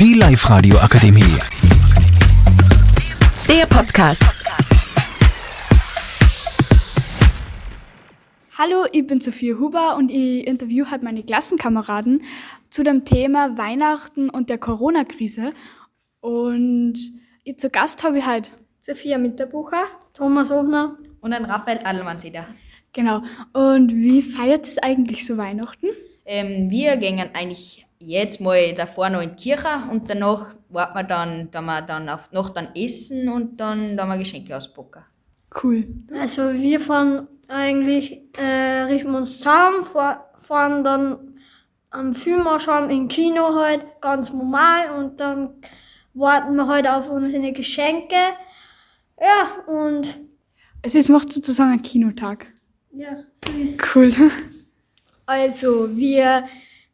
Die Live-Radio Akademie. Der Podcast. Hallo, ich bin Sophia Huber und ich interview halt meine Klassenkameraden zu dem Thema Weihnachten und der Corona-Krise. Und ich, zu Gast habe ich halt, Sophia Mitterbucher. Thomas Ofner. Und ein Raphael Adelmannseder. genau. Und wie feiert es eigentlich so Weihnachten? Ähm, wir gingen eigentlich jetzt mal davor noch in die Kirche und danach warten wir dann, da wir dann auf noch dann essen und dann da wir Geschenke auspacken. Cool. Also wir fahren eigentlich, äh, richten uns zusammen, fahr- fahren dann am Film schauen im Kino halt ganz normal und dann warten wir halt auf unsere Geschenke. Ja, und Also es macht sozusagen einen Kinotag. ja, so ist Cool. Also, wir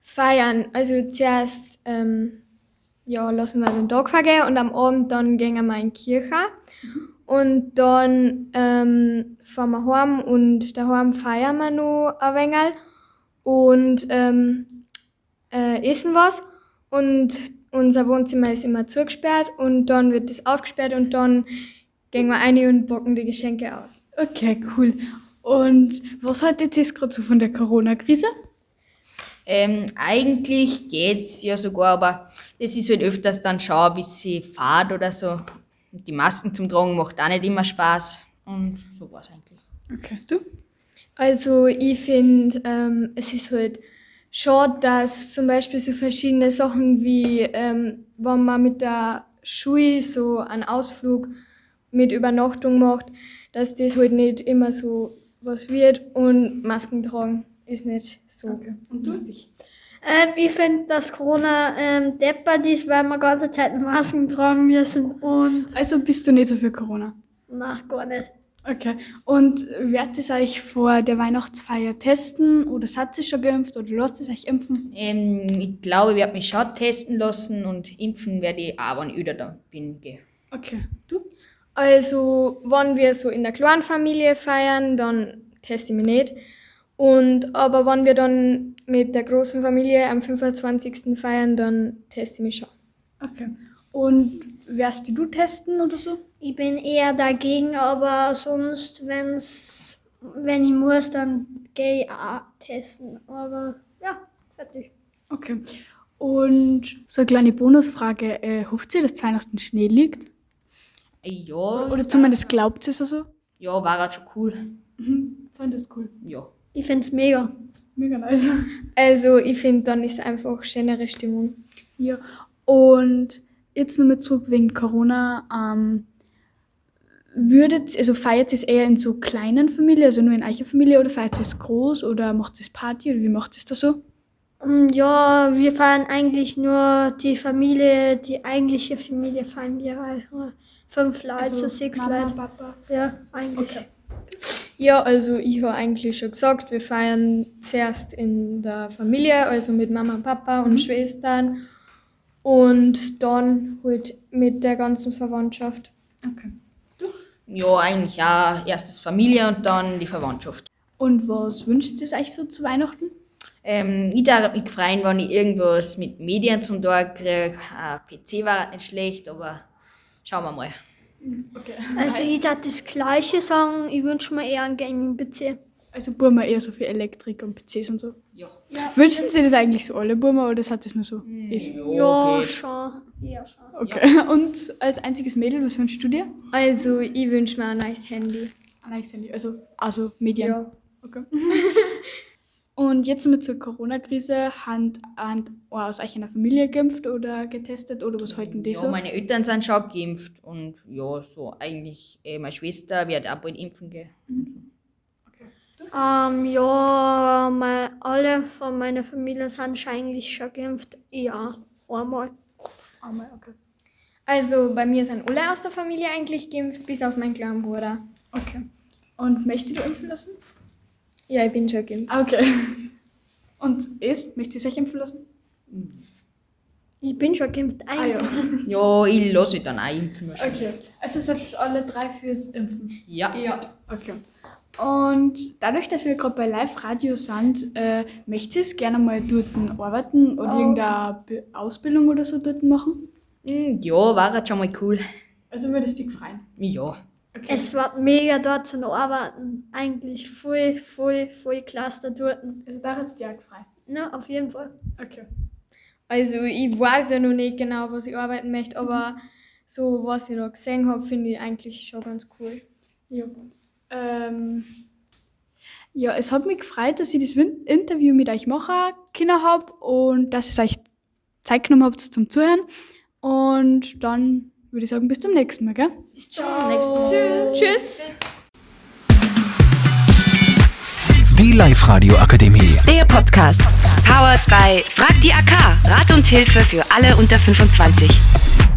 feiern, also zuerst, ähm, ja, lassen wir den Tag vergehen und am Abend dann gehen wir in die Kirche. Und dann ähm, fahren wir heim und daheim feiern wir noch ein wenig und ähm, äh, essen was. Und unser Wohnzimmer ist immer zugesperrt und dann wird es aufgesperrt und dann gehen wir rein und bocken die Geschenke aus. Okay, cool. Und was haltet ihr jetzt gerade so von der Corona-Krise? Ähm, eigentlich geht's ja sogar, aber das ist halt öfters dann schon ein bisschen fad oder so. Und Die Masken zum Tragen macht auch nicht immer Spaß. Und so war's eigentlich. Okay, du? Also ich finde, ähm, es ist halt schade, dass zum Beispiel so verschiedene Sachen wie, ähm, wenn man mit der Schule so einen Ausflug mit Übernachtung macht, dass das halt nicht immer so was wird und Masken tragen ist nicht so. Und lustig. Ähm, ich finde, dass Corona ähm, deppert ist, weil wir ganze Zeit Masken tragen müssen und Also bist du nicht so für Corona? na, gar nicht. Okay. Und werdet ihr euch vor der Weihnachtsfeier testen oder seid ihr schon geimpft oder lasst ihr euch impfen? Ähm, ich glaube, ich werde mich schon testen lassen und impfen werde ich auch, wenn ich wieder da bin. Geh. Okay. Du? Also, wenn wir so in der kleinen Familie feiern, dann teste ich mich nicht. Und, aber wenn wir dann mit der großen Familie am 25. feiern, dann teste ich mich schon. Okay. Und wirst du testen oder so? Ich bin eher dagegen, aber sonst, wenn's, wenn ich muss, dann gehe ich auch testen. Aber ja, fertig. Okay. Und so eine kleine Bonusfrage. Äh, hofft ihr, dass zu Weihnachten Schnee liegt? Ja, Oder zumindest glaubt ihr es also? ja, war halt schon cool. Fand das cool. Ja. Ich find's mega. Mega nice. Also ich finde, dann ist einfach schönere Stimmung. Ja. Und jetzt nochmal zurück wegen Corona. Ähm, würdet, also feiert ihr es eher in so kleinen Familien, also nur in eurer Familie, oder feiert ihr es groß oder macht ihr es Party oder wie macht ihr es da so? Mm, Ja, wir fahren eigentlich nur die Familie, die eigentliche Familie fahren wir also fünf Leute, so Also sechs Leute. Also Papa. Ja, eigentlich. Ja, also ich habe eigentlich schon gesagt, wir feiern zuerst in der Familie, also mit Mama, Papa und Schwestern und dann halt mit der ganzen Verwandtschaft. Okay. Ja, eigentlich auch erstes Familie und dann die Verwandtschaft. Und was wünscht ihr euch so zu Weihnachten? Ähm, ich darf mich freuen, wenn ich irgendwas mit Medien zum Tag kriege. PC war nicht schlecht, aber schauen wir mal. Also ich darf das gleiche sagen, ich wünsche mir eher einen Gaming-PC. Also Burma eher so für Elektrik und PCs und so. Ja, Wünschen Sie das eigentlich so alle Burma oder hat das nur so? Ist- Ja, geht. schon. Ja, schon. Okay. Und als einziges Mädel, was wünschst du dir? Also ich wünsche mir ein neues Handy. Alexander, also, also Medien. Ja. Okay. Und jetzt sind wir zur Corona-Krise. Hand an aus euch in der Familie geimpft oder getestet oder was halten die ja so? meine Eltern sind schon geimpft und ja, so eigentlich äh, meine Schwester wird auch bald impfen gehen. Ähm, ja, mein, alle von meiner Familie sind schon eigentlich schon geimpft. Ja, einmal. Einmal, Ah, okay. Also bei mir sind alle aus der Familie eigentlich geimpft, bis auf meinen kleinen Bruder. okay. Und möchtest du impfen lassen? Ja, ich bin schon geimpft. Ah, Okay. Und ist? Möchtest du dich impfen lassen? Ich bin schon geimpft Ah ja. eigentlich. Ja, ich lasse mich dann auch impfen. wahrscheinlich. Okay. Also seid ihr alle drei fürs Impfen? Ja. Okay. Und dadurch, dass wir gerade bei Live-Radio sind, äh, möchtest du es gerne mal dort arbeiten oder irgendeine Be Ausbildung oder so dort machen? Hm, Ja, war halt schon mal cool. Also würdest du dich freuen? Ja. Okay. Es war mega dort zu arbeiten. Eigentlich voll, voll, voll klasse da dort. also da hat es dir auch gefreut. Ne, auf jeden Fall. Okay. Also ich weiß ja noch nicht genau, was ich arbeiten möchte, aber so was ich da gesehen habe, finde ich eigentlich schon ganz cool. Ja. Ähm, ja, es hat mich gefreut, dass ich das Win- Interview mit euch machen können habe und dass es euch Zeit genommen habt zum Zuhören. Und dann würde ich sagen, bis zum nächsten Mal, gell? Bis zum nächsten Mal. Tschüss! Die Live-Radio Akademie. Der Podcast. Powered by Frag die AK. Rat und Hilfe für alle unter 25.